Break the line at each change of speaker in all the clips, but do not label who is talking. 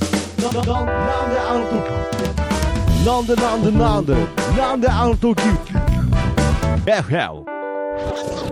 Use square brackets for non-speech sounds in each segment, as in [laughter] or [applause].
なんであの時なんでなんでなんでなんであの時 FM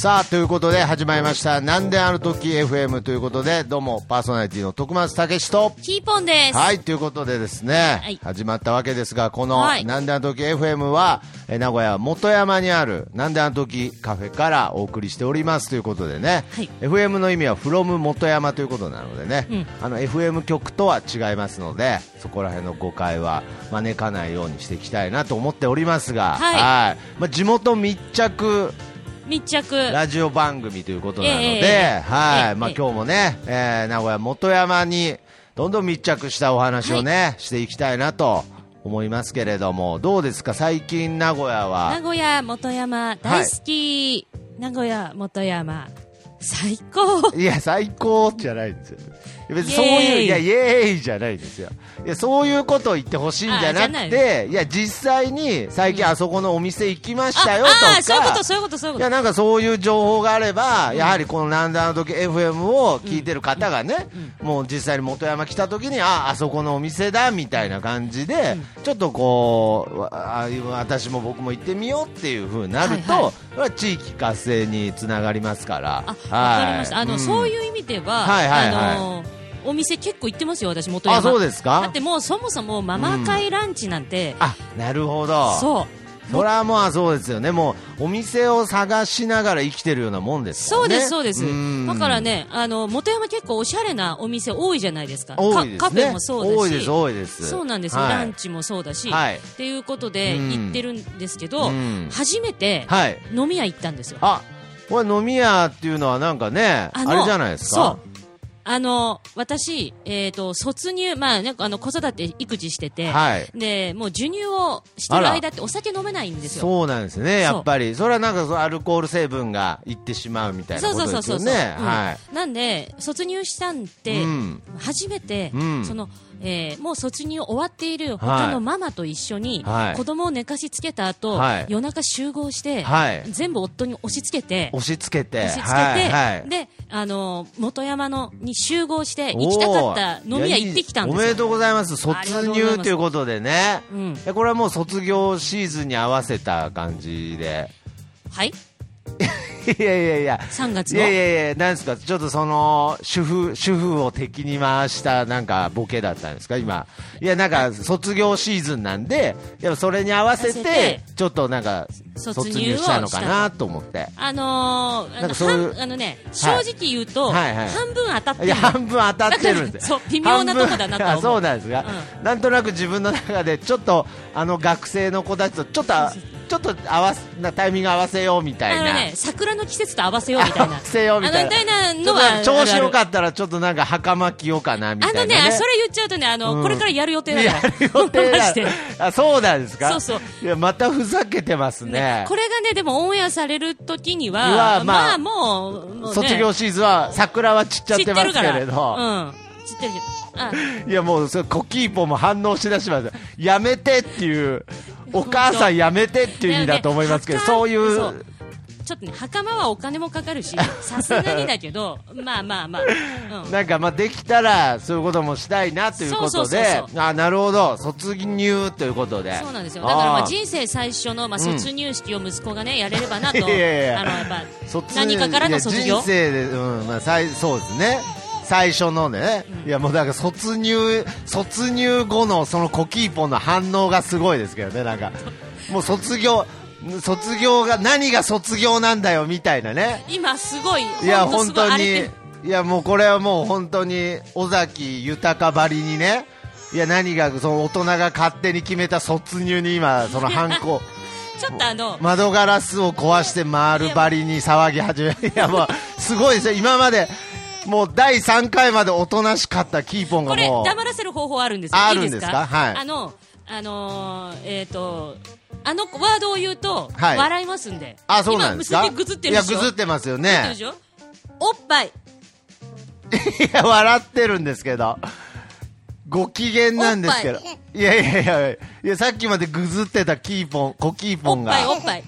さあということで始まりました「なんであの時 FM」ということでどうもパーソナリティの徳松武史と
キーポンです。
はいということでですね、
はい
始まったわけですがこの
は
「
い
なんであの時 FM は」え名古屋元山にある「なんであの時カフェ」からお送りしておりますということでね、
はい
FM の意味は「from 元山」ということなのでね、
うん
あの FM 局とは違いますのでそこら辺の誤解は招かないようにしていきたいなと思っておりますが、
はい
まあ、地元密着
密着。
ラジオ番組ということなので、
ええええ
は
ええ
い、まあ
ええ
今日もね、えー名古屋元山にどんどん密着したお話をね、していきたいなと思いますけれども、どうですか最近名古屋
名
は。
古屋元山大好き。名古屋元山最高。
いや、最高じゃないんですよ。別にそう
イエー
いう、
イ
いや、イエーイじゃないんですよ。いや、そういうことを言ってほしいんじゃな
あ
く
じゃ
て、いや、実際に最近あそこのお店行きましたよとか。
ああー、そういうこと、そういうこと、そういう
い
こ
やなんかそういう情報があれば、やはりこの「なんだあの時 FM」を聞いてる方がね、もう実際に元山来た時にああそこのお店だみたいな感じで、ちょっとこうわああいう私も僕も行ってみようっていう風になると、
はいはい
それは地域活性につながりますから
と。あ、わかりました。あの、そう
う
いう意味では、
はいはいはい
あのー、お店結構行ってますよ、私、元
ん
山。
あそうです
だっ
か
てもうそもそもママ会ランチなんて、
あなるほど
そう。
それはもうそうですよねもうお店を探しながら生きてるようなもんですも
そ
ん
う
ね
です、そうです。
ん
だからね、あの、元山結構おしゃれなお店多いじゃないですか。
多いですね
カカフェもそうだし。
多いです多いです
そうなんですよ、
はい
ランチもそうだし。
はい
っていうことで、
うん
行ってるんですけど、
うん
初めて、
はい
飲み屋行ったんですよ。
あこれ飲み屋っていうのはなんかねあ
の
れじゃないですか
そう。あの、私、えっ、と、卒乳、まあ、なんかあの、子育て、育児してて、
はい
で、もう授乳をして
あ
る
ら
間ってお酒飲めないんですよ。
そうなんですねやっぱりそれはなんかそのアルコール成分がいってしまうみたいな
そ
こ
うそう
と
そう
です
そう
よ
そう、
ね
うん
はい
なんで卒乳したんで、
うん
初めて、
うん
そのえーもう卒乳終わっている他のママと一緒に、
はい
子供を寝かしつけた後、
はい
夜中集合して、
はい
全部夫に押し付けて。
押し付けて
押し付けて、
はいはい
で、あのー元山のに集合して、行きたかった飲み屋行ってきたんですよ。
おめでとうございます卒
ありがとうございます
乳ということでね
うん
えこれはもう卒業シーズンに合わせた感じで
はい
いやいやいや
?3 月
い
の。
やいやいや、なんですか、ちょっとその主婦主婦を敵に回したなんかボケだったんですか、今、いや、なんか卒業シーズンなんで、やっぱそれに合わせ
合わせ
て、ちょっとなんか
卒
卒
入を
入したのかなと思って、
あのー
なんかそういう
半あのね、正直言うと、
はいはい
半分当たって
い
る
や、半分当たってるん
だか
で、
ら [laughs] そう微妙なとこだなとは思
半分あ
う
そうなんですが、なんとなく自分の中で、ちょっとあの学生の子たちと、ちょっとちょっと合わせなタイミング合わせようみたい
あの
な。
ね、桜の季節と合わせようみたいな。
合わせようみたいな
あの、みたいな
ちょ
の
っとなん
は
か。調子よ
っ
かったらちょっとなんか袴着ようかなみた
あ
いな、
のね、あそれ言っちゃうとね、あの、
うん
これからやる予定
い
だ
や
から。
予定
[laughs] マジで。
だあそうなんですか
そうそう
いやまたふざけてますね
ね、これがね、でもオンエアされる時に
う
は、
わ
ま
ま
あ
あ
もう、もうね
卒業シーズンは桜は散っちゃってますけ
知って
れ
るから
ど、
うん。知ってるけど。あ
いやもうそれコキーポも反応しだしますやめてっていうお母さんやめてっていう意味だと思いますけど、
だよ
そう
ね
い
そうちょっとね、袴はお金もかか
[laughs]
るし、さすがにだけど、まあまあまあ。うん
なんかまあできたらそういうこともしたいなというこ
そう
と
そうそ
で
う
あなるほど卒入ということで
そうなんですよ。だからまあ
あー
人生最初のまあ卒入式を息子がね、やれればな
[laughs]
と。
いやいやいや
あの、やっぱ、
卒
何かからの卒
いや
業
人生で、うんまあ、最そうですね最初のね、いやもうだから卒入卒入後のそのコキーポンの反応がすごいですけどねなんかもう卒業卒業が何が卒業なんだよみたいなね
今すごい、
いや
ほん
本
とすごい
当
荒
に
れてる
いやもうこれはもう本当に尾崎豊ばりにねいや何がその大人が勝手に決めた卒入に今その反抗
ちょっとあの、
窓ガラスを壊して回るばりに騒ぎ始める、いやもうすごいですよ、今までもう第3回までおとなしかったキーポン
こ
が
れ
もう、
黙らせる方法あるんですよ。
あ
いい
あるんですかはい
あの、あのー、えっと、あのワードを言うと、
はい
笑いますんで。
あそうなんですか、
今、ぐずって
い
る
や
でし
ぐ
ょ
ずってますよ
ぐずってるで
ね、
しょおっぱい。
いや笑ってるんですけど、ご機嫌なんですけど
おっ
いやいやいやいやさっきまでぐずってたキーポンコキーポ
お
ン
っ
が
ぱいおっぱい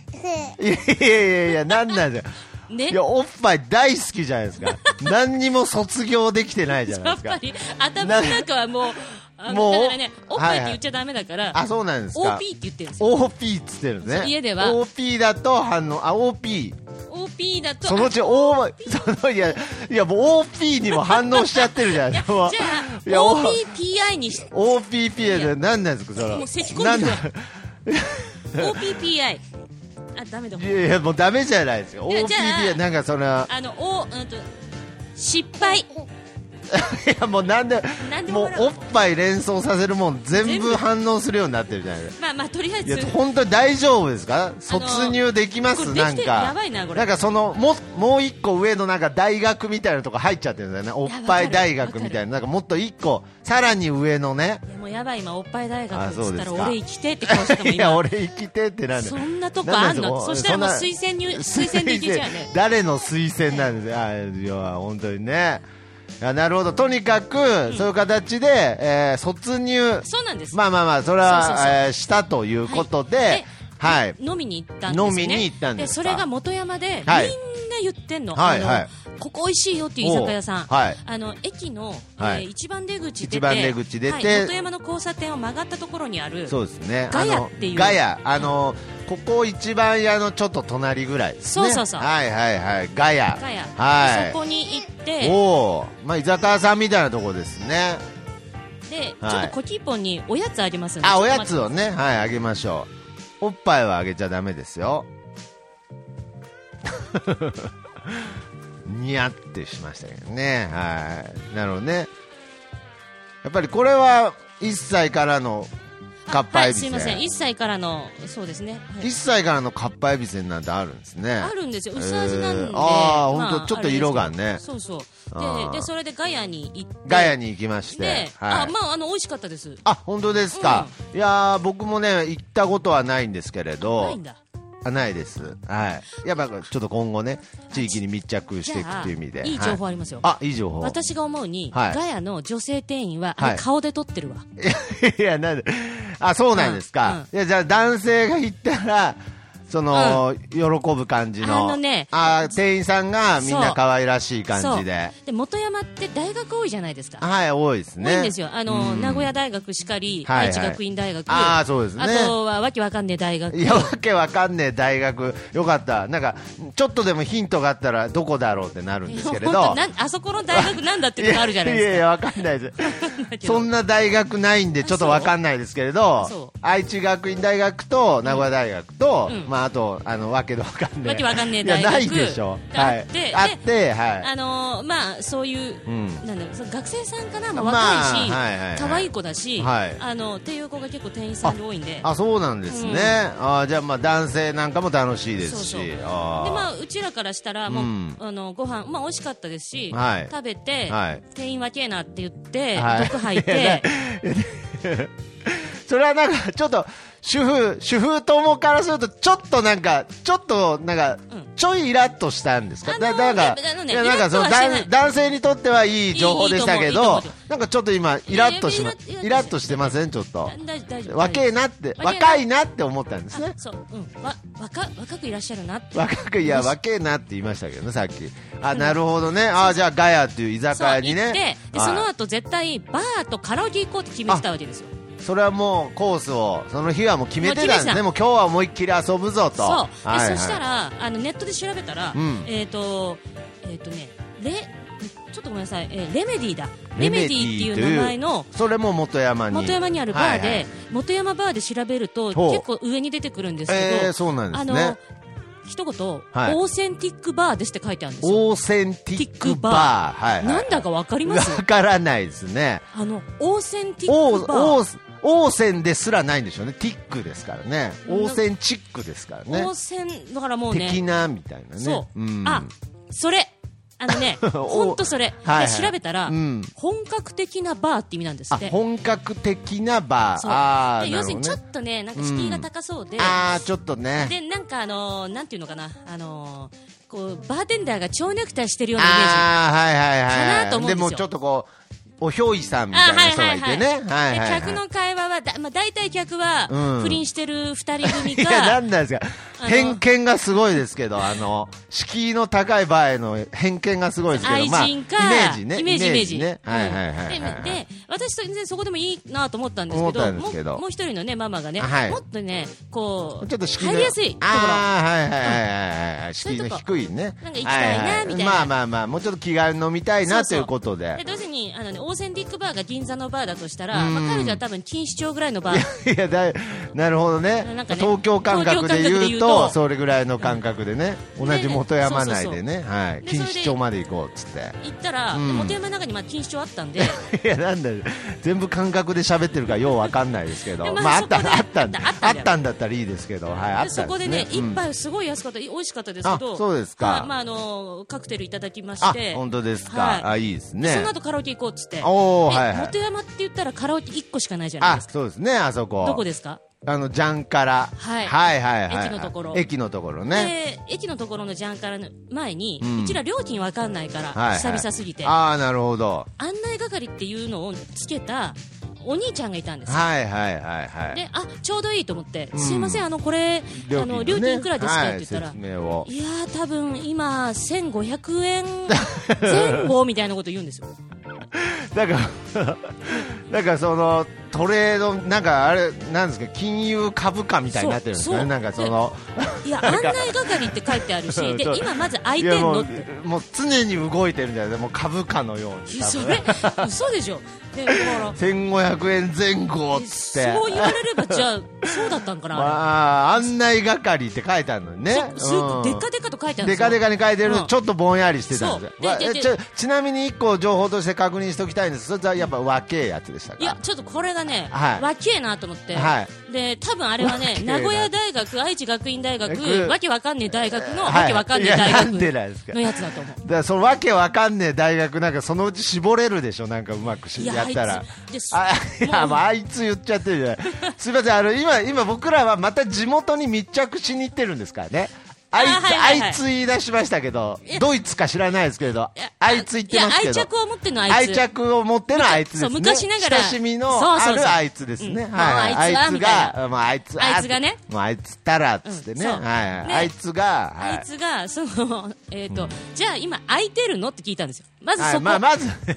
いやいやいやいやなんなんだよ
ね
いやおっぱい大好きじゃないですか何にも卒業できてないじゃな
や
いで
っ
すか
ぱり頭の中はもうあ
もう
だからねおっぱ
は
いって
いはい
言っちゃダメだから、
あそうなんですか
OP って言ってるんですよ
OP っつってるんですね
家では
OP だと反応あ OP
OP だと
そのうち O そのいやいやもう OP にも反応しちゃってるじゃない
い
で
や
すか
[laughs] じゃ
い
あ
や
OPPI
[laughs]
にし
OPP で何なんですかそれ
もう咳込んでるわ
なんだ
OPPI あダメだ
いやいやもうダメじゃないですよ
いやじゃあ
OPP はなんかその
あのおうんと失敗
いやもうなんで
なんでも
もう
ほら
おっぱい連想させるもん全
全
部
部
反応するようになってるじゃないですか
まあまあとりあえ
い
ず
や本当に大丈夫ですか卒入できま
こ
す
れで
な
き
ん
てる
か
やばいなこれ
んかそのももう一個上のなんか大学みたいなとこ入っちゃってるんだよねおっぱい大学みたいななんかもっと一個さらに上のね
いやもうやばい今おっぱい大学
あ
っ
そう
つっ
で
た
す
ら
か
俺生きてって顔してたもん
いや
今
俺生きてってなんで
そんなとこあ
な
ん
んで
の
す
そしたらもう
そんな
推薦入推薦でいけちゃうね
誰の [laughs] 推薦なんですあいや本当にねいやなるほどとにかく、そういう形で、えー卒入
そうなんです
まあまあまあそれは
そうそうそう
えーしたということで、は
はいい、で飲みに行ったんですね
飲みに行ったんですか
それが元山で、
はい
みんな言ってんの,、
はい
あの
はい
ここ美味しいよっていう居酒屋さん、
おはい
あの駅の、
はい
えー一番出口出て
一番出口出て
はい、元山の交差点を曲がったところにある
そうですね
ガヤ
あの
っていう
ガヤあのここ一番屋のちょっと隣ぐらいですね
そうそうそう
はいはいはいガヤ
ガヤ、
はい
でそこに行って
おおまあ居酒屋さんみたいなとこですね
で、
はい
ちょっとコキーポンにおやつあげますんで
あ
ちょ
お
っと
や
待
つ
って
をねはいあげましょうおっぱいはあげちゃダメですよにやってしましたけどねはいなるほどねやっぱりこれは1歳からのかっぱ
は
え
い、
び
す
せ
い
ん、
ません1歳からのそうですね、はい
1歳からのかっぱえびせんなんてあるんですね
あるんですよ薄味なんで、
えーあー
ま
ほんとちょっと色がね
あれですけどそうそ
あー
うででそれでガヤに行って
ガヤに行きまして、
で、
はい
あまああの美味しかったです
あ本当ですか、いやー僕もね行ったことはないんですけれど
ないんだ
あないですはいやっぱちょっと今後ね地域に密着していくっていう意味で
じゃあいい情報ありますよ
はいあいい情報
私が思うに、
はい
ガヤの女性店員は、
はい
あれ顔で撮ってるわ
[laughs] いやなんであそうなんですか、いやじゃあ男性が行ったらその、喜ぶ感じの
あのね
あ店員さんがみんな
そう
可愛らしい感じで
そうで元山って大学多いじゃないですか
はい多いですね
多いんですよあの、
うん
名古屋大学しかり、
はいはい
愛知学院大学
あーそうですね
あとはわけわかんねえ大
[laughs]
学
いやわけわかんねえ大学よかったなんかちょっとでもヒントがあったらどこだろうってなるんですけれど
いや [laughs] 本当なんあそこの大学なんだっていうのがあるじゃないですか
やいやわかんないです
だ [laughs] けど
そんな大学ないんでちょっとわかんないですけれど
そう
愛知学院大学と名古屋大学と、
うん
まあ、あとあのわけのわかんねえ
わけわかんねえ
いや
大学
ないでしょは
あ
い
ってで
あっては
あのーまあそういう、
うん
なんだろうその学生さんかな、まあ、
まあ
若いし、
はいはいはい
可愛い子だし、
はい
あのっていう子が結構店員さんで多いんで
いあそうなんですね、
うん
あじゃあまあ男性なんかも楽しいですし
そうそう
あー
でまあ、うちらからしたらもう、
うん
あのご飯、まあ、美味しかったですし、
はい
食べて、
はい
店員はけえなって言って、
はい
毒吐いて
[laughs] それはなんかちょっと主婦主婦友からするとちょっとなんかちょっとなんか
うん
ちょいイラッとしたんですか、
あの
だ
ー
なんか
いやあのね
いやなんかその
イラッとはしてない
男男性にとってはいい情報でしたけ
いいいいと思
ど
ういいと思
なんかちょっと今イラッとしま
いやいや
イラッとしてませんちょっと
大丈夫大丈夫
若えなって
若えな
若いなって思ったんですね
あそう、うん、わ若若くいらっしゃるなって
若くいや若えなって言いましたけどねさっきあなるほどねあじゃあガヤっていう居酒
そう
屋
行っ
に
て、
ね
で
はい
その後絶対バーとカラオケ行こうって決めてたわけですよ
それはもうコースをその日はもう決めてたんですねも
も
う今日は思いっきり遊ぶぞと
そうで、
はいはい
そしたらあのネットで調べたら、
うん
えっ、とえっ、とねレちょっとごめんなさい、えーレメディーだ
レメ
レメ
ディー
ディーっていう名前の
それも元山に
元山にあるバーで、
はいはい
元山バーで調べると
ほう
結構上に出てくるんですけど、
えー、そうなんで
あ
す
の、
ね
一言、
はい
オーセンティックバーですって書いてあるんですよ
オーセンティックバーはいはい
なんだかわかります
わからないですね
あのオーセンティ
オ
ック
ー
バ
オ
ー
ーオーセンですらないんでしょうねティックですからねオーセンチックですからね
オーセンだからもうね
的なみたいなね
そう、
ん
あそれあ
[laughs]
のね本当それ、
はいはい
で調べたら、
うん
本格的なバーって意味なんです
あ
って
本格的なバー
そう
あー
で
な
要
る
す
ほど
るに
ね
ちょっとねなんか敷居が高そうで、
あーちょっとね
でなんかあのーなんていうのかなあのーこうバーテンダーが蝶ネクタイしてるようなイメージ
ああーはいはいはい
かなと思う
で
んですよ
もちょっとこうおひょいさんみた
あ
いな
はい
人が
はい
い
は
て
い
ね。はいはい、は
で
い。
客の会話はだ、まあ、大体客は
うん
不倫してる二人組
いや、な
か、
んなんですか
あ。の
偏見がすごいですけど、あの、敷居の高い場合の偏見がすごいですけど、
愛
まあ、イメ
人か、
ージね。
イメージイメージ
ね。
うん
はいはいはいはい。
でで私全然そこでもいいなと思ったんです
思
け
った
ど
んですけど
もうもう一人のねママがね、
はい
もっとねこう
ちょっと敷居の
入りやすいところ
ああ、はいはいはいはいはい。敷居の低いね。
なんか行きたいな
はは
みたいな
まあまあまあ、もうちょっと気軽に飲みたいなということ
で
で。
どうせにあの、ね、オーセンティックバーが銀座のバーだとしたら、
うん
まあ、彼女は多分錦糸町ぐらいのバー
[laughs] いや、だいなるほどね
なんかね
東京感覚で言う
東京感覚で言う
と、
と
それぐらいの感覚でね。同じ元山内でね。はい。
でそれ
錦
で
糸町まで行こうっつって。
行ったら、
うん
で元山の中にまあ錦糸町あったん
[laughs]
で
いやなんだよ全部感覚で喋ってるからようわかんないですけど、
で
ま
まあ
ああった
そこで
あったんだ
あ
あ
ったんだよ
ったんだったらいいですけど、はいあったん
ですそこでね、一
うん
杯すごい安かった美味しかったですけど
あそうですか
はいまあ、あのカクテルいただきま
あ
して
本当ですか、
はい
あいいです
で
ね
その後カラオケ行こうっつって
おー
で
はいはい
元山って言ったらカラオケ1個しかないじゃない
あ
ですか
そうですねあそこ
どこですか
あのジャンから、
はい
はいはいはい
駅のところ
駅のところね
で駅のところのジャンからの前に、
うん
うちら料金わかんないから、
はいはい
久々すぎて案
ああなるほど
内係っていうのをつけたお兄ちゃんがいたんですよ
はいはいはいはい
であちょうどいいと思って、
うん
すいませんあのこれあの料
ね
金いくらですか、って言ったら、
はい
い、
説明を
やー多分今1500円
[laughs]
前後みたいなこと言うんですよ
なんかなんかそのトレードなんかあれなんですか金融株価みたいになってるんですか
そ
ね
う
なんかその
いや案内係って書いてあるしで
そう
今まず空い
い
てん
やも
の
う
って
もう常に動いてるんじゃないもう株価のように多
そ
分
れ嘘でしょでだ
[laughs]
から
1500円前後っつって
そう言われればじゃあそうだったんかな、
[laughs] まあ案内係って書いてあるのにね
そうすごくでかでかと書いてあるん
で
ですよ
かでかに書いてる
う
の
ん
ちょっとぼんやりしてたんです
そうで
よわ
で
え
で
ちょちなみに1個情報として確認しておきたいんですそれはやっぱ若えやつでしたか
いやちょっとこれがね、
はい
わけえなと思って、
は
で多分あれは
わけえ
ね
な
名古屋大学愛知学院大
学
学わけわかんねえ大学の、
はい
わけわかんねえ大
いやなんでなんですか
学のやつだと思う
だからそのわけわかんねえ大学なんかそのうち絞れるでしょなんかうまくし
い
や
や
ったら
あいつです
あいや
もう
まああいつ言っちゃってるじゃない
[laughs]
すいませんあの今今僕らはまた地元に密着しに行ってるんですからねあいつ
あはいはいはい
あいつ言い出しましたけど
いや
ドイツか知らないですけど
いや
あいつ言ってますけ
いや
ど
愛着を持ってんのあいつ
愛着を持ってのあいつですね
そう昔ながら
親しみの
そう
あ
そうそう
るあいつですね、
うん
はいはい
もうあいつは
あいつ
みたい
がもうあいつは
あいつがね
もうあいつったらっつってね、
うんそ
はい
う
はい
ね
あいつが、はい
あいつがその、えーとじゃあ今空いてるのって聞いたんですよまずそ
は
こ、
いまあ、
ま
まずね
ず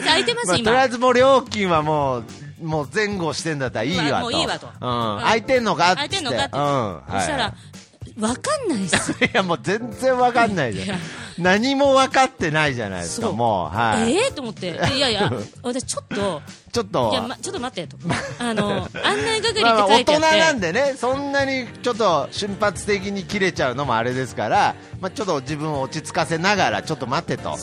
空いてます、
まあ、とり
今
あえずもう料金はもうもう前後してんだったらいいわと、
まあもういいわと
うん、
うん
空いてんのかっつって
空いてんのかって、
うん
そしたら、
は
わかんないっす
い、いやもう全然わかんない
[laughs]
じゃん何も分かってないじゃないですか
そう
もう、 [laughs] はい
ええと思って、でいや
[laughs]
いや、私、ちょっと、
ちょっと
いや、ま、ちょっと待ってと、あの案内係って
まあまあ
書
大
いてあ
人
って、
なんでねそんなにちょっと瞬発的に切れちゃうのもあれですから、まあ、ちょっと自分を落ち着かせながらちょっと待ってと、はい、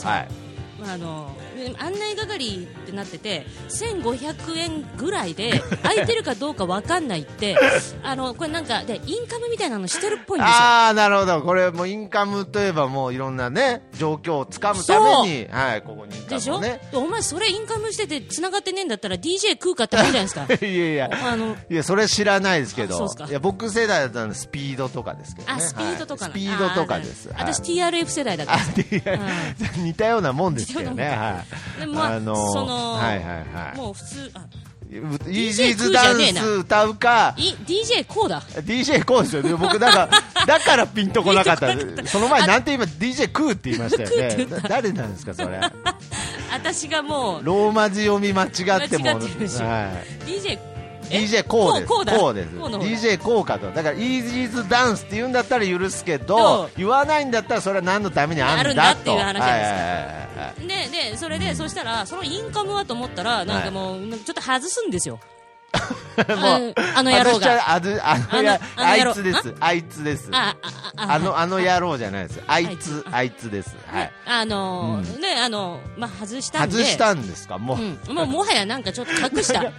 まあ、あの案内係ってなってて1500円ぐらいで空いてるかどうかわかんな
[laughs]
いってあのこれなんかでインカムみたいなのしてるっぽいんですよ。
ああなるほどこれもうインカムといえばもういろんなね状況をつかむために、はい、ここにインカ
でし
ム
ょ、
をね
お前それインカムしてて繋がってねえんだったら DJ 食うかってもいいじゃないです
[laughs]
か
いやいや
あの
いやそれ知らないですけ
あそ
ど
うっすか
いや僕世代だったらスピードとかですけどね
あスピードとか
はいス
な、
ピードとかです
あ
は
ー
い
私 TRF 世代だから
あいや似たようなもんですけどねは
さ
い
でもまあ、
ー
その、
はいはいはい
もう普通あ
イージーズダンス歌うか
い DJ こうだ
DJ こうですよね僕だ
[laughs]
からだからピンとこなかった
ピンとこなかった
その前なんて今 DJ クーって言いました
クーって
よね
言った
だ誰なんですかそれ
私がもう
ローマ字読み間違っても
[laughs] 間違ってるし
はい
DJ え
DJ こうです
こうこうだ
です
こうの方だ
DJ こうかとだからイージーズダンスって言うんだったら許すけ
そ
ど
う
言わないんだったらそれは何のためにあ
あ
る
る
ん
ん
だ
だ
と
っていう話じゃないですか
はいはいはいはい
ででそれで、そしたらそのインカムはと思ったらなんかもう、なんかちょっと外すんですよ
[laughs] もう
あの野郎
私は
が
あずあのや
あのあの
あ
野郎
いつですあいつです
あああ
あのあの野郎じゃないですあいつ
あ
あいつですはい
あのーねあのまあ外したんで
外したんですかもう
うん、もうもはやなんかちょっと
[laughs]
隠したね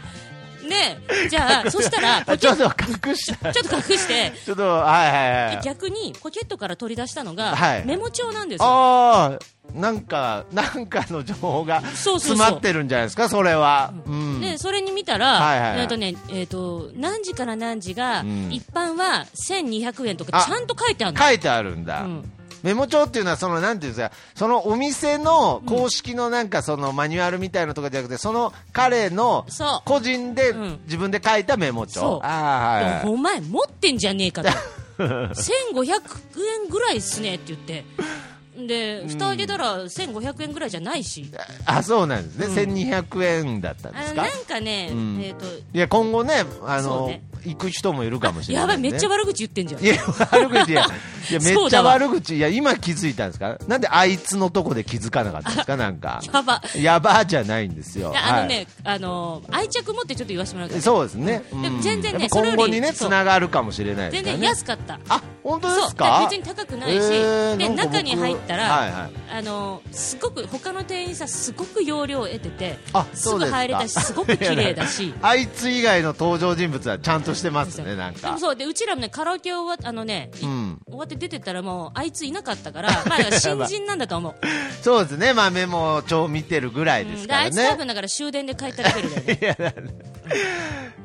じゃあそしたら
あ
ポ
ち
ケ
ょ
ッ
っ
ト
と隠した
ちょっと隠して
ちょっとはいはいはい
逆にポケットから取り出したのが、
はい
メモ帳なんですよ
ああなんかなんかの情報が
そうそ
詰
うそう
まってるんじゃないですかそれはうん
でそれに見たら、
はいはいはい
えっとね、えっ、と、何時から何時が、
うん
一般は1200円とか、ちゃんと書いてあるの。
書いてあるんだ、
うん
メモ帳っていうのは、その、なんていうんですか、そのお店の公式のなんか、そのマニュアルみたいなのとかじゃなくて、その彼の
そう
個人で
うん
自分で書いたメモ
そ
帳。
う
あーはいはい
でもお前持ってんじゃね
[laughs]
えかと1500円ぐらいっすねって言ってで蓋開けたら1500円ぐらいじゃないし、
あ、そうなんですね。1200円だったんで
あ
す
の
か
な。んかね、
うん
えっ、と
いや、今後ね、あ
そう
の
ね、
行く人もいるかもしれない。
やばいめっちゃ
悪
悪口言ってんじゃん
いや、悪口や。いや、め
[laughs] そ
っ
う
ちゃ
だわ
悪口。いや、今気づいたんですかなんであいつのとこで気づかなかったんですかなんか。
やば
やばーじゃないんですよ。
いやあの
は
ね、あの愛着持ってちょっと言わせてもらうけ
い
ど
そうですね。
でも
うん
全然ね
やっぱ
それよ
今
り
後にね、
そう
つながるかもしれないです
全
からね。
然安かった
あ、本当です
そう
か
別に高くないし、
えー
で
なんか僕
中に入ったら、
はいはい
あのすごく他の店員さんすごく容量を得てて
あ、
す
そう
ぐ
ですか
入れたしすごく綺麗だ
[laughs] いや
し
なんかあいつ以外の登場人物はちゃんとしてますね、なん
で
か
も。そうでうちらもねカラオケ終わっあのね、い
うん
終わって出てったらもうあいついなかったから
[laughs]
まあだから新人なんだと思う、
そうですね。まあメモ帳見てるぐらいで
うん
す
で
か
あ
ら
いつ多分
ね。
だから終電で帰ったレベルだよね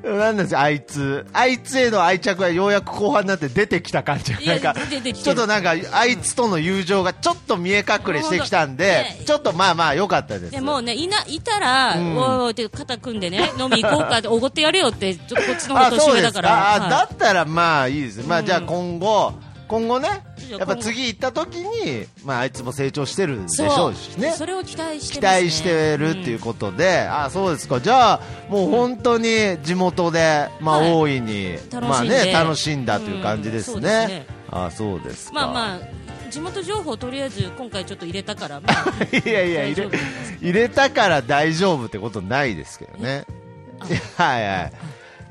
なんですあいつ。あいつへの愛着はようやく後半になって出てきた感じが。
いや
なんか、
出てきてる
ちょっとなんか、あいつとの友情がちょっと見え隠れしてきたんで
ほん、と
ちょっとまあまあ良かったです。
でもうねいないたら、
ん
おいおいって肩組ん
[laughs]
でね飲み行こうかっておごってやれよってちょっとこっちの
あ
方年
そう
上
で
だ
す
か
かららあ
はい
だったらまあいいですね、ま
う
あ
ん
じゃあ今後今後ね
じゃあ
やっぱ次行った時にまああいつも成長してるでしょうしね
それを期待して
期
ますね、
待してるっていうことで、あそうですかじゃあもう本当に地元でまあ
はい
大いに、
楽しんで
まあね楽しんだという感じですね,、
うんそうですね
あそうですか
まあまあ地元情報をとりあえず今回ちょっと入れたから、まあ
いやいや入
大丈
れ
夫です
入れたから大丈夫ってことないですけどね。はいはい。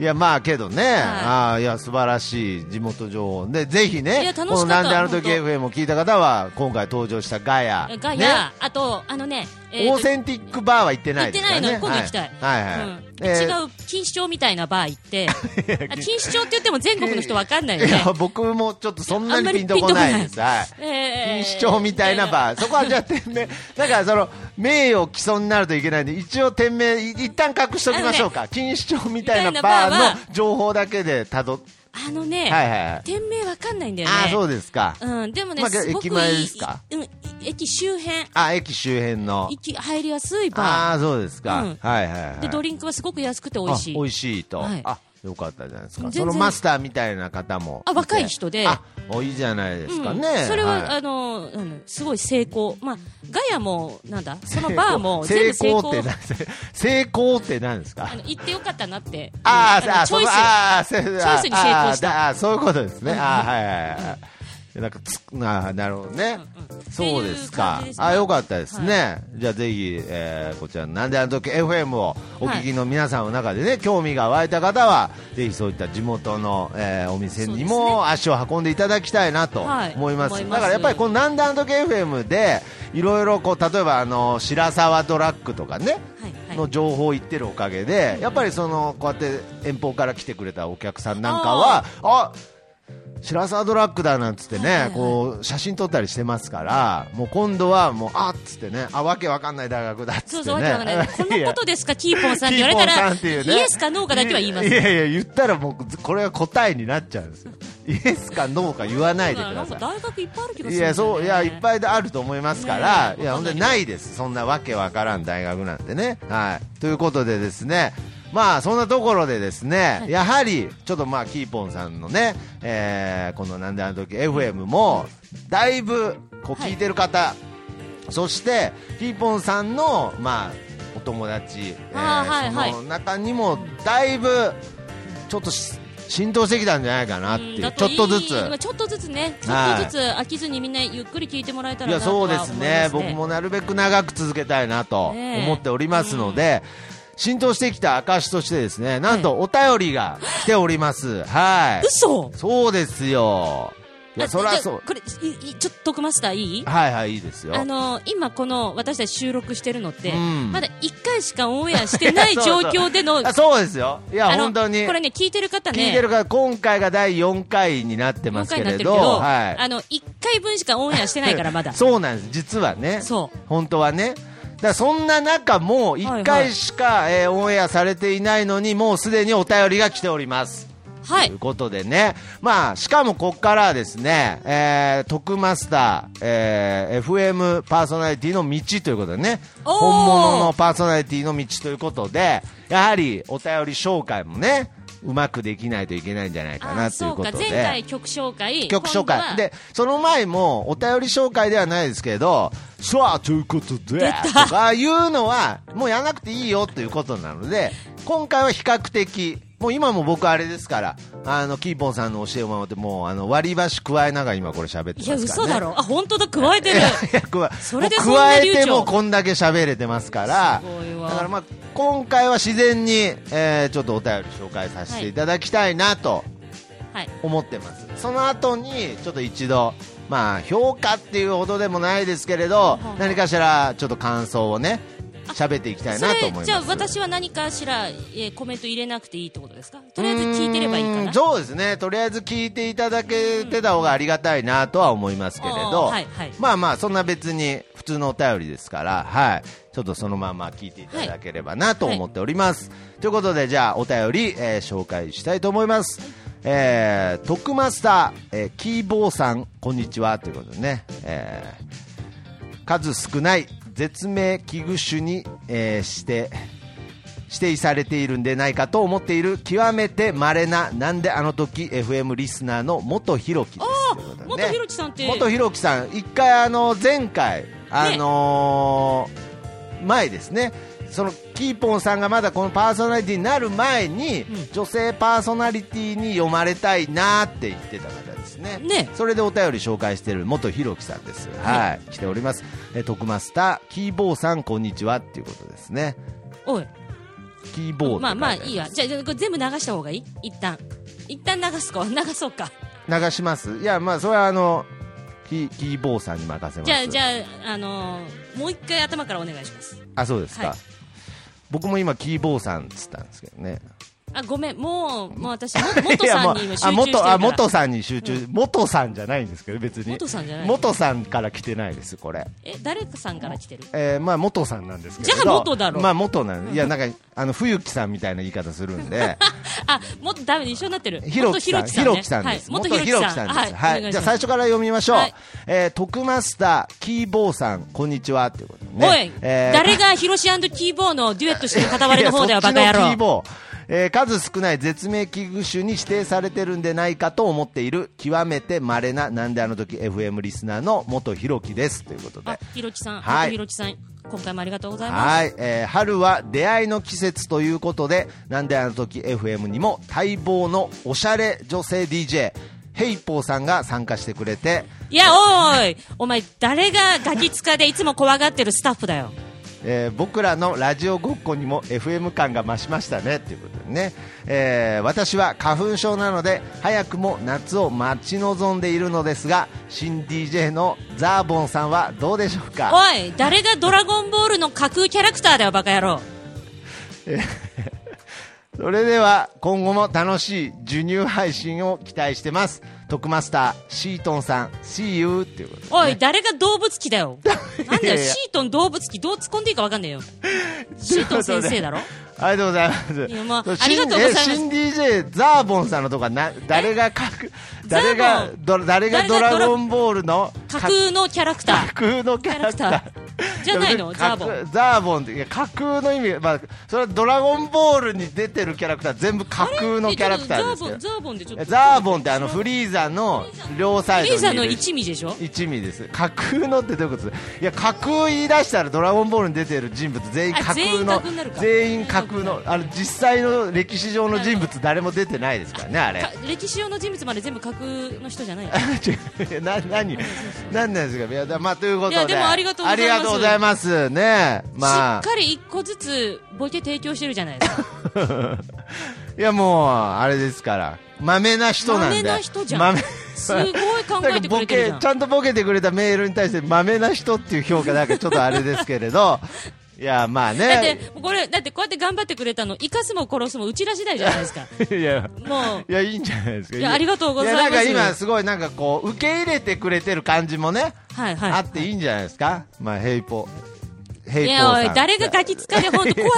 いやまあけどね、ああいや素晴らしい地元情報でぜひ
い
ね
や楽しかった
このなんであの時
本当
FM を聞いた方は今回登場したガヤ [laughs]
ガヤ、
ね
あとあのね、
オ
と
ーセンティックバーは行ってな
行っ
いで
て
すから
ない
ね
の、今度行きたい、
はいはい、はい
うん
えー
違う錦糸町みたいなバー行って
[laughs]
あ錦糸町って言っても全国の人わかんないよ
い [laughs]
ね
や僕もちょっとそんな
あ
に
んま
ピ
り
ンとこない
[laughs] ピ
で
ンと
す
こ
はい
えー
錦糸町みたいなバー、そこはじゃあ店名、だからその名誉毀損になるといけないんで、一応店名、い一旦隠しておきましょうか、錦糸町みたいなバ
みたいな
ー
バ
の情報だけでたどっ、
あのね、
はいはいはい
店名わかんないんだよね
ああ、そうですか、
うん、でもね、
まあ
すごくい
駅
い
前ですか
うん、い駅周辺
あ駅周辺の、
行き入りやすいバ
ああ、そうですか、
うん
はいはいはい、
ーでドリンクはすごく安くて美味しい
あ美味しいと、
はい
あよかったじゃないですか、
全
そ
然
のマスターみたいな方もて、
あ若い人で
あおいいじゃないですかね、
うんそれは、
い
あの、うんすごい成功、まあ、ガヤもなんだそのバー
[laughs]
も全
成
部成
功っ
功
て何ですか成功って何ですか
あの行ってよかったなって
あー
の
あ、
チョイ
そ
ス
うあーせあー、
チョイスに成功した
あーだあーそういうことですね。あーはいはいはい。なんかつななるほどね、
うんうん
そうですか
っていう感じですね
あよかったですね、じゃあぜひ、えーこちらのなんであの時 FM をお聞きの皆さんの中でね、興味が湧いた方はぜひそういった地元の、えーお店に
そうですね
も足を運んでいただきたいなと
はい
思います,、
思いま
だ
す
からやっぱりこのなんであの時 FM でいろいろこう例えばあの白沢ドラッグとかね、
はいは
の
い
情報を言ってるおかげで、やっぱりそのこうやって遠方から来てくれたお客さんなんかは、あ白沢ドラッグだなんつって
はいはいは
ね
い、
こう写真撮ったりしてますから、もう今度はもう、あっつってね、あわけわかんない大学だっつ
そう
って
そう、わけわかんない。
ね。
このことですか、キーポンさんって
キ
言わ
ーポ
れた
ンさ
ら、
んっていう
イ
ね
エスかノーかだけは言います。
いやいや、言ったらもう、これが答えになっちゃうんですよ。イエスかノーか言わないでく
な
だ
ん
さ
か
い。
大学いっぱいある気がするんだよね。
いやそういやいっぱいあると思いますから、
ねえ
いやほんでないですそんなわけわからん大学なんてねはいということでですねまあそんなところでですね、やはりちょっとまあキーポンさんのね、えーこのなんであの時 FM もだいぶこう
はい
聞いてる方、そしてキーポンさんのまあお友達、え
あ
ー
ーはい
その中にもだいぶちょっとし浸透してきたんじゃないかなっていう、
うんだ
ちょ
い
っ
い
とずつ
まあちょっとずつね、ちょっとずつ飽きずにみんなゆっくり聞いてもらえた
い
ら
や
なと
そ
は
う
思い
で
ます
す
ね。
ね、僕もなるべく長く続けたいなと
ねえ
思っておりますので、浸透してきた証として、ですねなんとお便りが来ております、はい、
嘘
そうですよ、いや
あ
そりゃ
じゃあ
そう、
これ、いいちょっと徳マスターいい
はいはい、いいですよ、
あの今この私たち収録してるのって、
うん
まだ1回しかオンエアして
[laughs]
ない状況での、
あそうですよ、いや、
あの
本当に、
これね、聞いてる方ね、
聞いてるから、今回が第4回になってま
今
すけ
回にな
れ
ってるけ
ど、
ど、
はい、
あの1回分しかオンエアしてないから、まだ。
[laughs] そうなんです、実はね、
そう
本当はね。だからそんな中、もう
はいは
1
い
回しか、えーオンエアされていないのに、もうすでにお便りが来ております。
はい
ということでね、まあ、しかもここからはですね、えー、徳マスター、えー FM パーソナリティの道ということでね、
おー
本物のパーソナリティの道ということで、やはりお便り紹介もね、うまくできないといけないんじゃないか
あ
な
ー
とい
そうう
こ
か
とで。
前回曲紹介
曲紹
今度は
介。で、その前も、お便り紹介ではないですけど、
さあ、ということで、
とかいうのは、もうやらなくていいよということなので、今回は比較的、もう今も僕あれですから、あの、キーポンさんの教えを守って、もうあの割り箸加えながら今これ喋ってます
い
か
や
ら、ね。
嘘だろあ本当だ加えてる
いやいや加え
それで
もう
そんな
加
流暢
えてもこんだけ喋れてますから
すごいわ
だからまあ今回は自然に、えーちょっとお便り紹介させていただきたいなと
はい
思ってます、その後にちょっと一度まあ評価っていうほどでもないですけれど
はい
何かしらちょっと感想をね喋っていきたい
そ
なと思いま
れ
す
じゃあ私は何かしら、えーコメント入れなくていいってことですかとりあえず聞いてればいいか
うー
なん
そうですねとりあえず聞いていただけてた方がありがたいなとは思いますけれど、
うんはいはい
まあまあそんな別に普通のお便りですからはいちょっとそのまま聞いていただければなと思っております、ということでじゃあお便り、えー紹介したいと思います、えー、トクマスター、えーキーボーさんこんにちはということでね、えー数少ない絶命危惧種に、えーして指定されているんでないかと思っている極めて稀ななんであの時 FM リスナーの元ひろきです
あー
ということで
元ひろきさんって
元ひろきさん一回あの前回あのー前ですねそのキーポンさんがまだこのパーソナリティになる前に、
うん
女性パーソナリティに読まれたいなって言ってた方ですね
ね
それでお便り紹介している元ひろきさんですはい、来ておりますえ徳マスターキーボーさんこんにちはっていうことですね
おい
キーボーって
まあまあ
書て
いいわじゃあじゃあこれ全部流した方がいい一旦一旦流すか流そうか
流しますいやまあそれはあのキキーボーさんに任せます
じゃあじゃあ、あのーもう一回頭からお願いします
あそうですか、
はい
僕も今キーボーさんっつったんですけどね
あごめんもうもう私も
[laughs]
元
いや
さ
も
ん
う
に今集
あ
中してるか
元
ら
あ元さんに集中、元さんじゃないんですけど別に
元さんじゃない
元さんから来てないですこれ
え誰かさんから来てる
えーまあ元さんなんですけど
じゃあ元だろ
まあ元なんいやなんかあの冬木さんみたいな言い方するんで
あもっとダメで一緒になっ
[laughs]
てる
ひろきさん、
[laughs] 元
ひろきさんです。
はい、
元
元
ひ
ひ
ろ
ろ
きさ
きさ
ん
ん
です。
は
はい
お願
い。じ
いし
ゃあ
ます
最初から読みましょう
はい。
えー、徳マスター、キーボーさん、こんにちは。ということでね。
おい、
えー
誰がヒロシキーボーのデュエットしてる片割れの方だ
[laughs] いや
よ、バカ野
そっちのキー
郎。
ボーえー数少ない絶命危惧種に指定されてるんでないかと思っている極めて稀ななんであの時 FM リスナーの元ひろきですということ
あ
で、
ひろきさん、
はい
元ひろきさん、今回もありがとうございます。
はい、えー春は出会いの季節ということで、なんであの時 FM にも待望のおしゃれ女性 DJ、ヘイポーさんが参加してくれて、
いや、おーい、お前、誰がガキ使でいつも怖がってるスタッフだよ。
えー僕らのラジオごっこにも FM 感が増しましたねということでね、えー私は花粉症なので早くも夏を待ち望んでいるのですが新 DJ のザーボンさんはどうでしょうか
おい、誰がドラゴンボールの架空キャラクターだよ、バカ野郎。
それでは今後も楽しい授乳配信を期待してます徳マスターシートンさん See you っていうことで
おい、誰が動物機だよ。なん
い
だ
や
よ、
いや
シートン動物機、どう突っ込んでいいかわかんねえよ。シートン先生だろ
[laughs] ありがとうございます。
いやまあ
新
ありがとうございます
え新 DJ ザーボンさんのとかな誰が書く誰が
ザーボン
ど誰が
誰
ド
がドラ
ラゴンボールの
架空のキャラクター
架。空のキャラクタ
キャ
ー
ラクじゃない
や
の
別に
ザー
架
ボ
空ザーボンっていや架空の意味まあそれはドラゴンボールに出てるキャラクター全部架空のキャラクターですけ
え
ど
ちょっとザーボン、ザーボンでちょっと。
ザーボンってあのフリーザの両サイ
リー
ド
ザ
に
の
いる
一味でしょ
一味です架空のってどういうことですいや架空言い出したら「ドラゴンボール」に出てる人物全員架
あ全
空
員
の
架空になるか
全員架空のあの実際の歴史上の人物誰も出てないですからねあれ
か歴史上の人物まで全部架空の人じゃない
違うな何何なんですかいやだまあということで
いやでもありがとうございます
ありがとうございますね [laughs] まあ
しっかり一個ずつボケ提供してるじゃないですか
いやもうあれですからまめな人なんで
豆な人じゃん
豆
すごい考えてくれてるじゃ
なんかボケ
ん
ちゃんとボケてくれたメールに対してまめな人っていう評価なんかちょっとあれですけれど [laughs] いやまあね
だってこれだってこうやって頑張ってくれたの生かすも殺すもうちら次第じゃないで
[laughs]
すか
いや、
もう
いや、いいんじゃないですか。
いやありがとうございます
やなんか今、すごい、なんかこう、受け入れてくれてる感じもね、
はいはい
あっていいんじゃないですか。まあ、ヘイポ。ヘイ
い
ポ
やお
さ
い
ん。
誰がガキ使で本当怖い怖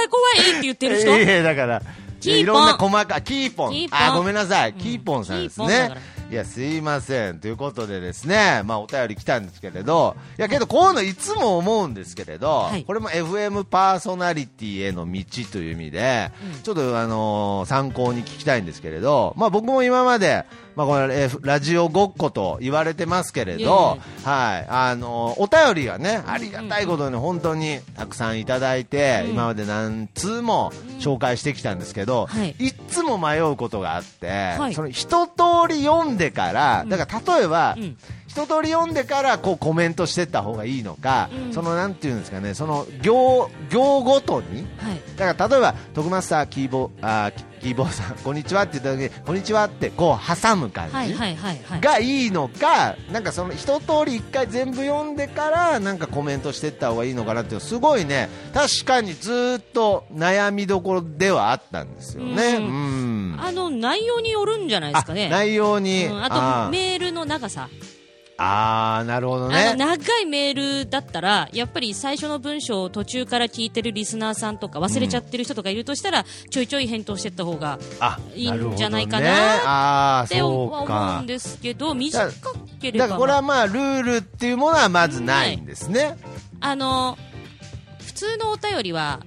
いって言ってる人
いやいやだから、
キ
いやい
ー
ろん
ポ
な
ン
細かいキーポン
キーポン
あごめんなさい、キーポンさんです
キーポンだ
ね
から
いやすいませんということでですねまあお便り来たんですけれどいやけどこういうのいつも思うんですけれど、
はい
これも FM パーソナリティへの道という意味で、ちょっとあのー参考に聞きたいんですけれどまあ僕も今までまあこれえーラジオごっこと言われてますけれ
いやいや
ど、はい、あのお便りがね、ありがたいことに本当にたくさんいただいて、今まで何通も紹介してきたんですけど、
はい
いっつも迷うことがあって、
はい
その一通り読んでから、だから例えば、
うん
一通り読んでからこうコメントしてった方がいいのか、
うん
そのなんていうんですかね、その行行ごとに、
はい
だから例えば、徳マスターキーボあーキキーボーさん、こんにちはって言った時に、こんにちはってこう挟む感じ。
はいはいはいはい
がいいのか、なんかその一通り一回全部読んでから、なんかコメントしていった方がいいのかなっていう、すごいね、確かにずーっと悩みどころではあったんですよね。う
うん
ん。
あの内容によるんじゃないですかね
あ内容に。
うんあ
あ
と
ー
メールの長さ、
あー、なるほど
あの
ね。
長いメールだったらやっぱり最初の文章を途中から聞いてるリスナーさんとか忘れちゃってる人とかいるとしたら、ちょいちょい返答してった方が
あ
いい
るほど
ん
ね
じゃないかな
ああ、
って
そう
思う
か
ん。ですけど短ければ
だからこれはまあ、ルールっていうものはまずないんですね。
あの普通のお便りは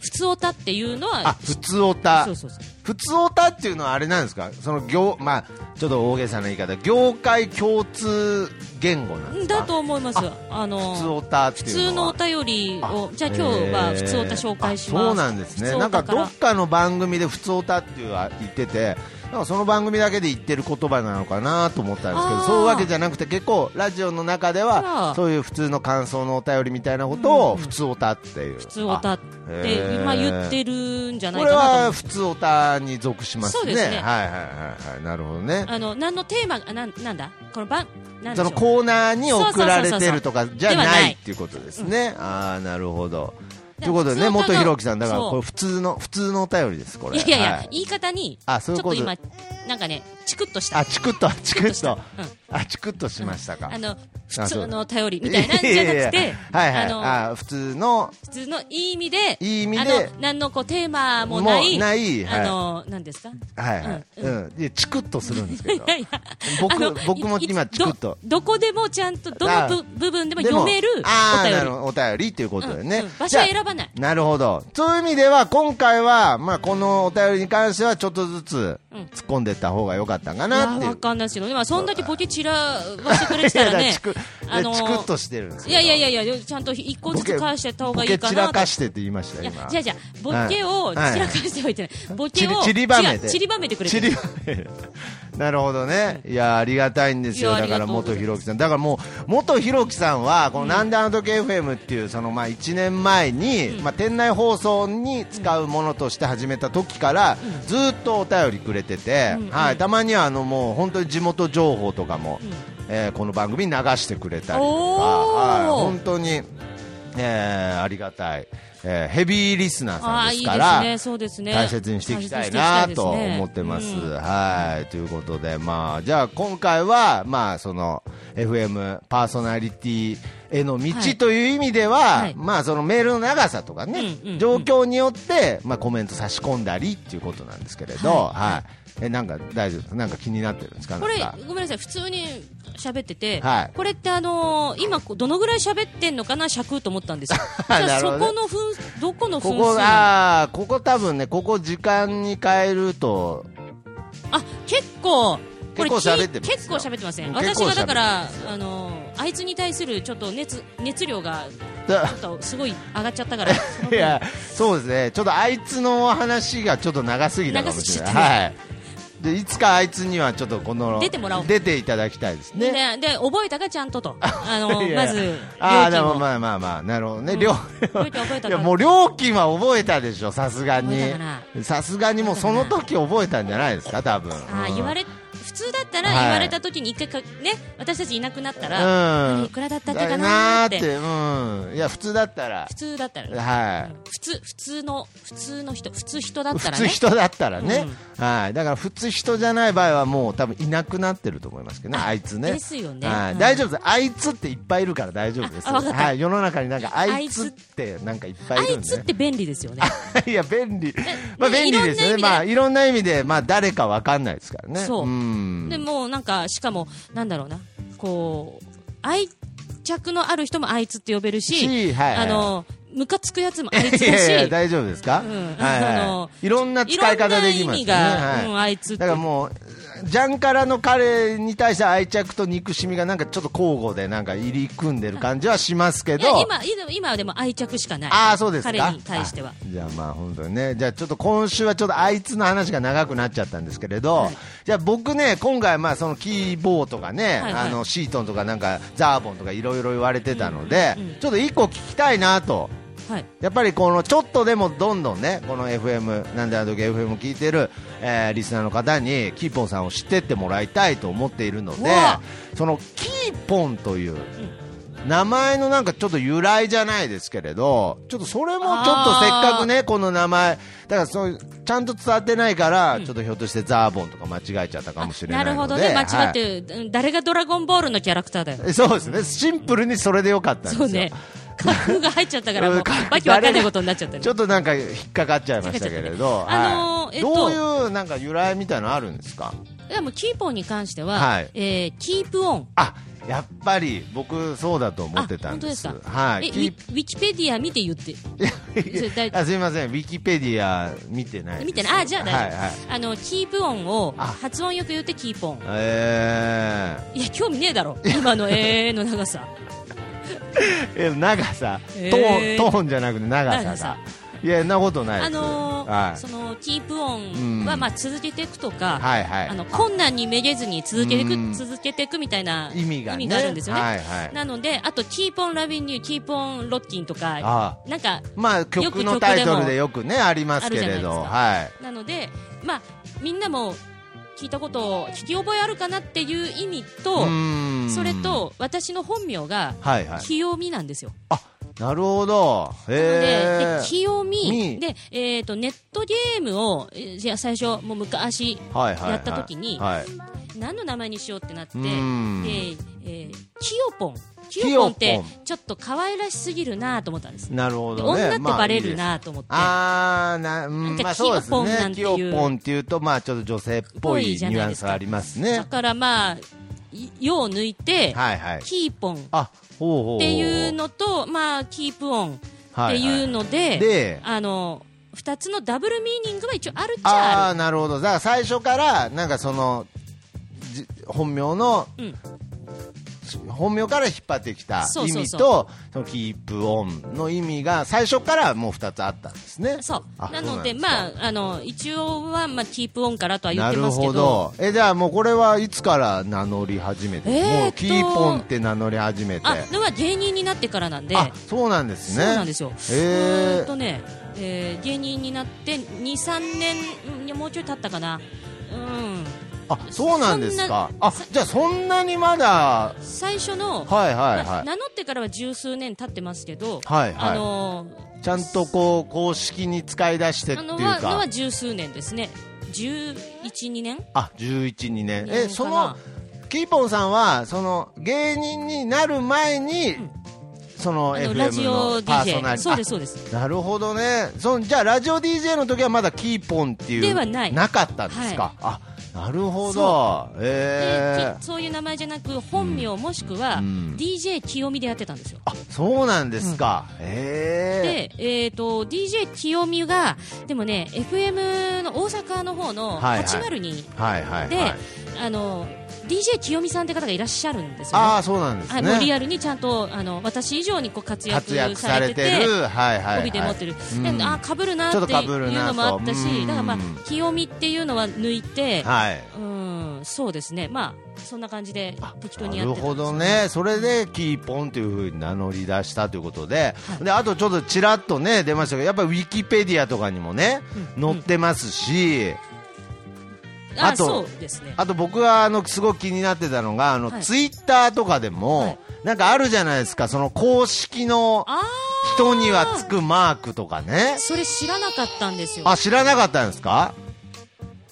普通おたっていうの
あ
は、
普通おた
そう。そうそう
普通オタっていうのはあれなんですかその業、まあ、ちょっと大げさな言い方業界共通言語なんですか
だと思いますあの
普通オタって
普
いう
通
の
の
は
お便りをじゃあ今日は普通おた紹介し
あ
ます
そうなんです
普
ね
通オ
なんか
タら
どっかの番組で普通オタっていうのは言っててなんかその番組だけで言ってる言葉なのかなと思ったんですけど
あー
そういうわけじゃなくて結構ラジオの中で
あ
は
ら
そういう普通の感想のお便りみたいなことを普通オタっていう普
普通オタって今言ってるんじゃない
こ
か
れ
なと思
は
う
普通オタに属しますね
そうですね
はいはいはいはいなるほどね
あの何のテーマがなんなんだこの番なんでしょ
そうのコーナーに送られてるとかじゃ
では
な
ないい
っていうことですね、ああなるほど
で
ということでね
普通
元
の
ひろきさんだから
そう
これ普通の普通のお便りですこれ
いやいやいや、
はい
言い方に
あそういうこと
ちょっと今なんかねチクッとした
あチクッとチクッと
うん
あチクッとしましたか、
あの普
あそう
通の頼りみたいなんじゃなく
いやい
て
やはいはい
あの
あー普通の
普通のいい意味で
いい意味で
あの何のこうテーマもない
もうないはい
あの何ですか
はいはい、う
うん
いやチクッとするんですけど
いやいや
僕
あの
僕も
いい
今チクッと
どどこでもちゃんとど
あ
の
ー
ぶ部分でも読めるお便
あーなる
り
ほどお便りということでね、
うんうん場
じ
所
ゃあ
は選ばない
[laughs] なるほどそういう意味では今回は、まあ、このお便りに関してはちょっとずつ
うん
突っ込んでいった方が良かったか
いや
なっていう
わかんないですけどでもそんだけポケ散らわしてくれてたら
いや
ね
チク
[laughs] あのー
チクッとしてるんですけ
い
ど
やいやいやいやちゃんと一個ずつ返してった方がいい
ボケ
か
散
な
ら
と
かしてって言いました
い
よ
や
今
じゃあじゃあボケを
はい
散らかしてはいけない、ボ
ち
ケ
り
を
ちりばめて
違う散りばめてくれ
ち
てる
りばめ [laughs] てなるほどねいやありがたいんですよ
いや
だから
ありがとうござ
元
います
ひろきさんだからもう元ひろきさんはこの「なんであの時 FM」っていうそのまあ1年前に、まあ、店内放送に使うものとして始めた時から、ずっとお便りくれてて、
うん
はい、たまにはあのもう本当に地元情報とかも、えーこの番組に流してくれたりとか、
お
は
ー
い、本当に、えーありがたい、えーヘビーリスナー
あ
さん
あ
で
い
す
い
か
で
ら
すねそうですね
大切にしていきたいな
大切にしていき
と
たいですね
思ってます。
うん
はいということで、まあ、じゃあ今回は、まあ、その FM パーソナリティへの道
はい
という意味では、
はい
まあ、そのメールの長さとかね、
うんうんうん
状況によって、まあ、コメント差し込んだりっていうことなんですけれど、はいえなんか大丈夫ですなんか気になってるんですか
これ
なんか
ごめんなさい普通に喋ってて、
はい
これってあのー今こうどのぐらい喋ってんのかな尺と思ったんですよ
[laughs] なる
じゃあ
ほど
そ
ね
この分どこの分
こ
数
こが
あ
ここ多分ねここ時間に変えると
結構これ
結構喋ってますよ
結構喋ってません
結
私
構喋ってますよ
がだからあのーあいつに対するちょっと熱熱量が
だ
ちょっとすごい上がっちゃったからその
[laughs] い
分
や、そうですね、ちょっとあいつの話がちょっと長すぎたかもしれない。
長すぎちゃ
はい。で、いつかあいつにはちょっとこの、
出てもらおう
出ていただきたいですね。
でで覚えたかちゃん
[laughs]
ととあの
いや
まず料
ああ、で
金
も
を
まあまあまあ、なるほどね、料
覚えた覚えた
いや、もう料金は覚えたでしょ、さすがに
覚えたか。
さすがにもうその時覚えたんじゃないですか、多分。
あ
う
ー
ん
言われ普通だったら
はい
言われた時に一回か、ね、私たちいなくなったら、
うん
あれいくらだったっけかなーって
だよなーってうん。いや、普通だったら
普、通だったら、
はい。
普通普通の普通の人普通人だっ
普
たら
通
ね
人だったらね、はい、だから普通人じゃない場合はもう多分いなくなってると思いますけどね、あいつね。
ですよね
はい
うん
大丈夫です。あいつっていっぱいいるから大丈夫です。
あわかった
はい、世の中になんかあ
あ
い
い
つ
つ
ってなんかいっぱいい
あ
る
い
ん
つっ
で、
て便利ですよね。
[laughs] ね。いや、便利。まあ便利ですよね。
いろんな意味で
まあいろんな意味で、まあ誰かわかんないですからね。
そう
うん
でもうなんか、しかも、なんだろうな、こう、愛着のある人もあいつって呼べるし、
しはいはい
あの、ムカつくやつもあいつ
い
だし、
やいや、大丈夫ですか、
うん
はいはい
あの
いろんな使い方できますよね。
いろんな意味が
はい
うんあいつって
だからもう、ジャンカラの彼に対して愛着と憎しみがなんかちょっと交互でなんか入り組んでる感じはしますけ
いや
ど。
今、今今はでも愛着しかない。
ああ、そうですか。
彼に対しては
あ。じゃあまあ本当にね。じゃあちょっと今週はちょっとあいつの話が長くなっちゃったんですけれど、じゃあ僕ね、今回まあそのキーボーとかね、
はいはい
あのシートンとかなんかザーボンとかいろいろ言われてたので、ちょっと一個聞きたいなと。
はい。
やっぱりこのちょっとでもどんどんね、この FM、なんであの時 FM 聞いてる、えーリスナーの方に、キーポンさんを知ってってもらいたいと思っているので
うわ、
そのキーポンという、名前のなんかちょっと由来じゃないですけれど、ちょっとそれもちょっとせっかくね、この名前、だからそういうちゃんと伝わってないから、ちょっとひょっとしてザーボンとか間違えちゃったかもしれな
ない
の
る
で。
ほどね、間違っ
はい
てる、うん誰がドラゴンボールのキャラクターだよ。
そうですね、シンプルにそれでよかったんです
そ
よ。
うね。架空が入っちゃったから、も
うん
う
架空、
わけわかんないことになっちゃったね。
ちょっとなんか引っかかっちゃいましたけれど、
引っかかっちゃったねあのー
はい
えっと
どういうなんか由来みたいなのあるんですか
でも、キーポンに関しては、
はい
えーキープオン。
あやっぱり僕そうだと思ってたんです
あ本当ですか
はい
えウ
キ
ィウィキペディア見て言って。それ
ー
大
あすみませんウィキペディア見てないです
見てない。あ、じゃあ大丈夫。
はいはい
あの、キープ音を、
あ
発音よく言ってキープ音。
え
いや、興味ねえだろ。今のえーの長さ。
ーえ長さ、
えー
トーントーンじゃなくて長さが
長さ
いやそんなことないです
あのー
はい
その、キープ
うん
音は、まあ、続けていくとか、
はいはい
あの、困難にめげずに続けてい
うん
く、続けていくみたいな
意味がね
あるんですよね。
はいはい
なので、あと、キープオンラビンニュー、キープオンロッキンとか、
あ
なんか、
まあ
よく
曲
曲で
の
も
タイトルでよくねありますけ
ある
れ
じゃ
ど
な
はい
なので、まあ、みんなも聞いたことを聞き覚えあるかなっていう意味と
う、ーん
それと私の本名が
はいはい
清美なんですよ。
あなるほど。
で
へ
で
え。
清
み
美で、えー、とネットゲームをえーじゃあ最初もう昔
はいはいはい
やった時に
はい
何の名前にしようってなって、
う
え
ん
ーえーキヨポンキヨポンっ
キヨ
て
ポン
ちょっと可愛らしすぎるなと思ったんです。
なるほ
で
ど
女っ
ね。
てバレるなと思って、
まあいいです。あーな、う
なん
ん、
か
まあそうですね。
キヨポンなんていう
キヨポンっていうと、まあちょっと女性っぽい
ぽい
ニ
じゃないですか
ュアンスがあります
だ
ね。
からまあい「よ」を抜いて、
はいはい。
キーポンっ
あ、ほうほうほう。
ていうのと、まあ、キープオンっ
は
て
い
いう
はい。
ので、
で、
あの2つのダブルミーニングは一応あるっちゃ
あ
あ
あ、なるほど。だから最初から、なんかその、じ本名の、
る、うん、
本名から引っ張ってきた
そう
意
そう
味
そう
と、そのキープオンの意味が最初からもう二つあったんですね。
そう
あ
なので
そうなんですか
まああの一応は、まあ、キープオンからとは言っ
な
て
る
ますけ
ほ
ど
どえじゃあもうこれはいつから名乗り始めて、
えーと
もうキーポンって名乗り始めて
あのは芸人になってからなんで
あそうなんです
そう
ね
なんですよ、うー
え
んとね、えー芸人になって23年うんいやもうちょい経ったかなうん
あそうなんですか
そんな
あじゃあそんなにまだ
最初の、
はいはい
まあ
はい
名乗ってからは十数年経ってますけど、
はいはい
あの
ちゃんとこう公式に使い出してって
あ
いう
のはの
か
は十数年ですね1112年
あ112年
いいのか
え
な
そのキーポンさんはその芸人になる前に、その
あの
FM
ラジオ
のパーソナ
DJ
リ
そう
テ
ですそうです
なるほどねそんじゃあラジオ DJ の時はまだキーポンっていう
ではない
かったんですか、あなるほど
で
ええ
きそういう名前じゃなく本名もしくは
うん
DJ 清美でやってたんですよ、
あそうなんですか、ええ
で、えー、と DJ 清美がでもね FM の大阪の方の
はいはい
802
はいはい
で、
はい
あの DJ 清美さんって方がいらっしゃるんですよね
ああそうなんです
はい、
ね
もうリアルにちゃんとあの私以上にこう活
活
躍
躍
さ
さ
れ
れ
て
て
て、
るはいはい、はい、
帯で持ってる、
うん
であかぶるな
ちょ
っ
ってと被る
いう
なと
のもあったし、
うん
だから、まあ、清美っていうのは抜いて、
はい
うんそうですね、まあ、そんな感じで適当にや
な
っ
る
てたんです
ほ
け
どね、それでキーポンというふうに名乗り出したということで、であとちょっとちらっとね、出ましたけど、やっぱりウィキペディアとかにもね、載ってますし、
あ
あと
そうですね、
あと僕はあのすごく気になってたのがあの、
はい
ツイッターとかでも、
はい
なんかあるじゃないですかその公式の
あ
人にはつくマークとかね
ーそれ知らなかったんですよ、
あ知らなかったんですか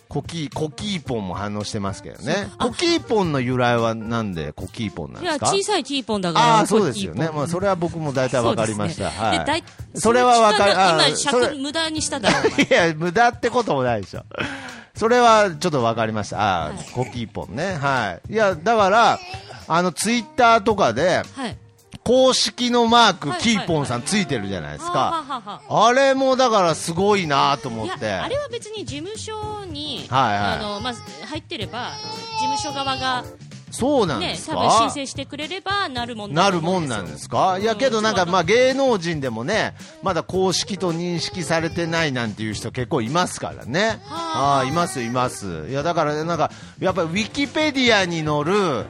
コキコキーポンも反応してますけどね
そうあ
コキーポンの由来はなんでコキーポンなん
い
で
や
すか
小さいキーポンだから
ああそうですよね、
コキーポン
まあ、それは僕も大体わかりました、
そうですねで
は
だ
い、それはわかる
その時間が
あ
今
それ
尺無駄にしただろ
[laughs]
お前
いや、無駄ってこともないでしょ。それはちょっとわかりました。ああ、
はい
コキーポンね。はい。いや、だから、あの、ツイッターとかで、
はい
公式のマーク、
はい
キーポンさんついてるじゃないです
はあは
か。
あはあはあ
あれもだからすごいなと思
いや
って。
あれは別に事務所に、
はいはい
あのまあ、入ってれば事務所側が、
そうなんで
ね、
す
多
か
分申請してくれればなるもんだ
な
と
る
思
も
うんですよ
なんですかいや
ん
けどなん
う
か
ちは
まあ芸能人でもねまだ公式と認識されてないなんていう人結構いますからね
はあ
あーいますいますいやだからなんかやっぱりウィキペディアに載る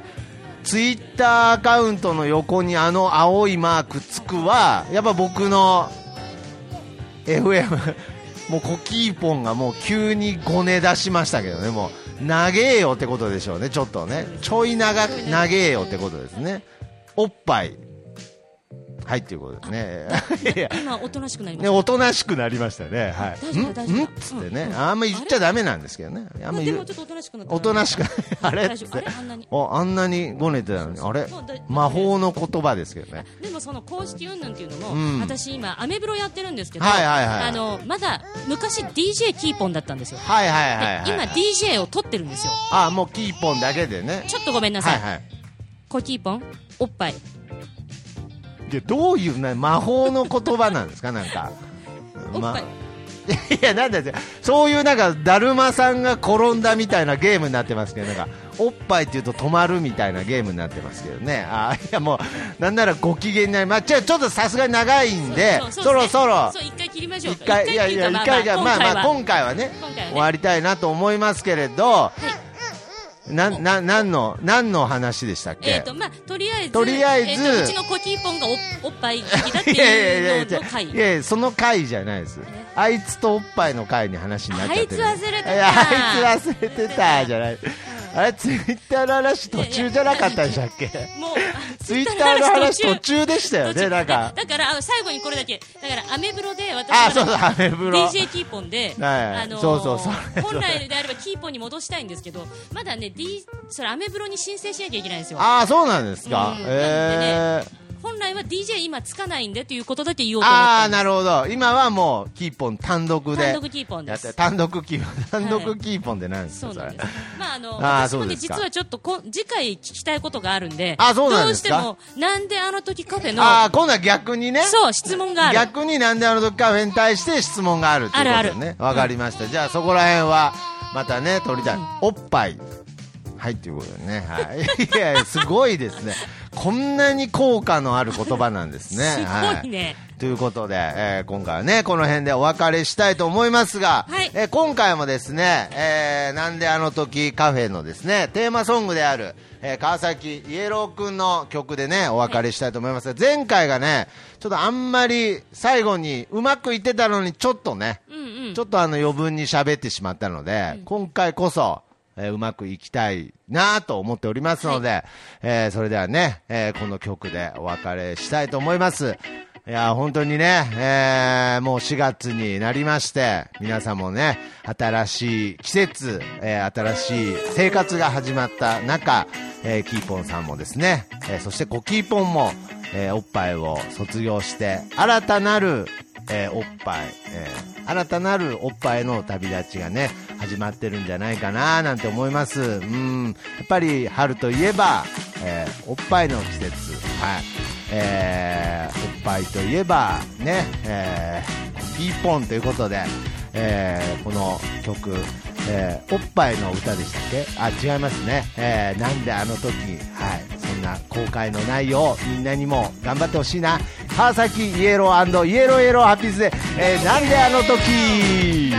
ツイッターアカウントの横にあの青いマークつくはやっぱ僕の FM もうコキーポンがもう急にごね出しましたけどねもう長えよってことでしょうねちょっとねちょい長く長えよってことですねおっぱいはいっていうことですね [laughs] いや
今おとなしくなりまし
ね
た、
おとなしくなりましたねは
大
い
丈
ん
夫大丈夫
んっつってね
うんうん
あんま言っちゃダメなんですけどねあん
ま
ま
あ、で
言
も
う
ちょっとおとなしくなった
おとなしくあれ
大
っ
丈
つっ
夫あ
て
れあんなに
おあんなにごねてたのにあれ
もうだ
魔法の言葉ですけどね
でもその公式云々っていうのも、
うん
私今アメブロやってるんですけど、
はいはいはい
あのまだ昔 DJ キーポンだったんですよ、
はいはいはい
で
はい
今 DJ を取ってるんですよ
あもうキーポンだけでね
ちょっとごめんなさ、
はいいはい
コキーポンおっぱい
でどういうな魔法の言葉なんですかなんか
おっぱ
[laughs]
い、
いやなんだってそういうなんかだるまさんが転んだみたいなゲームになってますけどなんかおっぱいっていうと止まるみたいなゲームになってますけどねあーいやもうなんならご機嫌になりまあじゃあちょっとさすがに長いんで
うう
そうろそろ
そう一回切りましょう
一
か
回いや
って
いうや
か
一
まあ
回じゃまあまあ
今回は
今回はね
今回はね
終わりたいなと思いますけれど
はい
なな何の何の話でしたっけ、
えーとまあ、とりあえず
とりあえず
ーとうちのコキーポンがおおっぱい好きだっ
[laughs]
て
いやいやい
い
や
うのの回
いやいやその回じゃないです
え
あいつとおっぱいの回に話になっちゃってる
あいつ忘れてた
いやあいつ忘れてたじゃないあれツイッターの話途中じゃなかったでしたっ
[laughs]
け
もうあ
ツイッターの話途
途中
中でしたよ
途中
ねなんか
だからあの最後にこれだけだからアメブロで私
あそうそうアメブロ
DJ キーポンで、
はい
あのー
そうそうそれ
本来であればキーポンに戻したいんですけどまだね、D、それアメブロに申請しなきゃいけないんですよ
ああそうなんですか
うん
えー
本来は DJ 今つかないんでということだけ言おうと思っ
あ
た
あ
んで
なるほど今はもうキーポン単独で
単独キーポ
や
ンで
って
す
単独キーポン単
は
独
い
キーポンって何です
そ
か
う
そ
なん
れ
です。まああの
あー
私も
そう
ね
ですか
実はちょっとこん次回聞きたいことがあるんで、
あそうなんですか
どうしてもなんであの時カフェの
ああ今度は逆にね
そう質問がある。
逆になんであの時カフェに対して質問があるっていうことで
ある
ねわかりました、じゃあそこら辺はまたね取りたい、
うん
おっぱいはいということでね、はい、いやいやすごいですねこんなに効果のある言葉なんですね
[laughs] すごいね
はということで、えー今回はねこの辺でお別れしたいと思いますが、
はい
えー今回もですね、えーなんであの時カフェのですねテーマソングである、えー川崎イエローくんの曲でねお別れしたいと思いますが、前回がねちょっとあんまり最後にうまくいってたのにちょっとね、
うんうん。
ちょっとあの余分に喋ってしまったので、今回こそ、えーうまくいきたいなと思っておりますので、えーそれではね、えーこの曲でお別れしたいと思います。いや、本当にね、えーもう4月になりまして、皆さんもね、新しい季節、えー新しい生活が始まった中、えーキーポンさんもですね、えーそしてコキーポンも、えーおっぱいを卒業して、新たなるえーおっぱい、えー新たなるおっぱいの旅立ちがね始まってるんじゃないかななんて思いますうんやっぱり春といえば、えーおっぱいの季節はいえーおっぱいといえばねえーピーポンということで、えーこの曲えーおっぱいの歌でしたっけあ違いますね、えーなんであの時はいそんな後悔のないようみんなにも頑張ってほしいな川崎イエローイエローイエローハッピーズで、えーなんであの時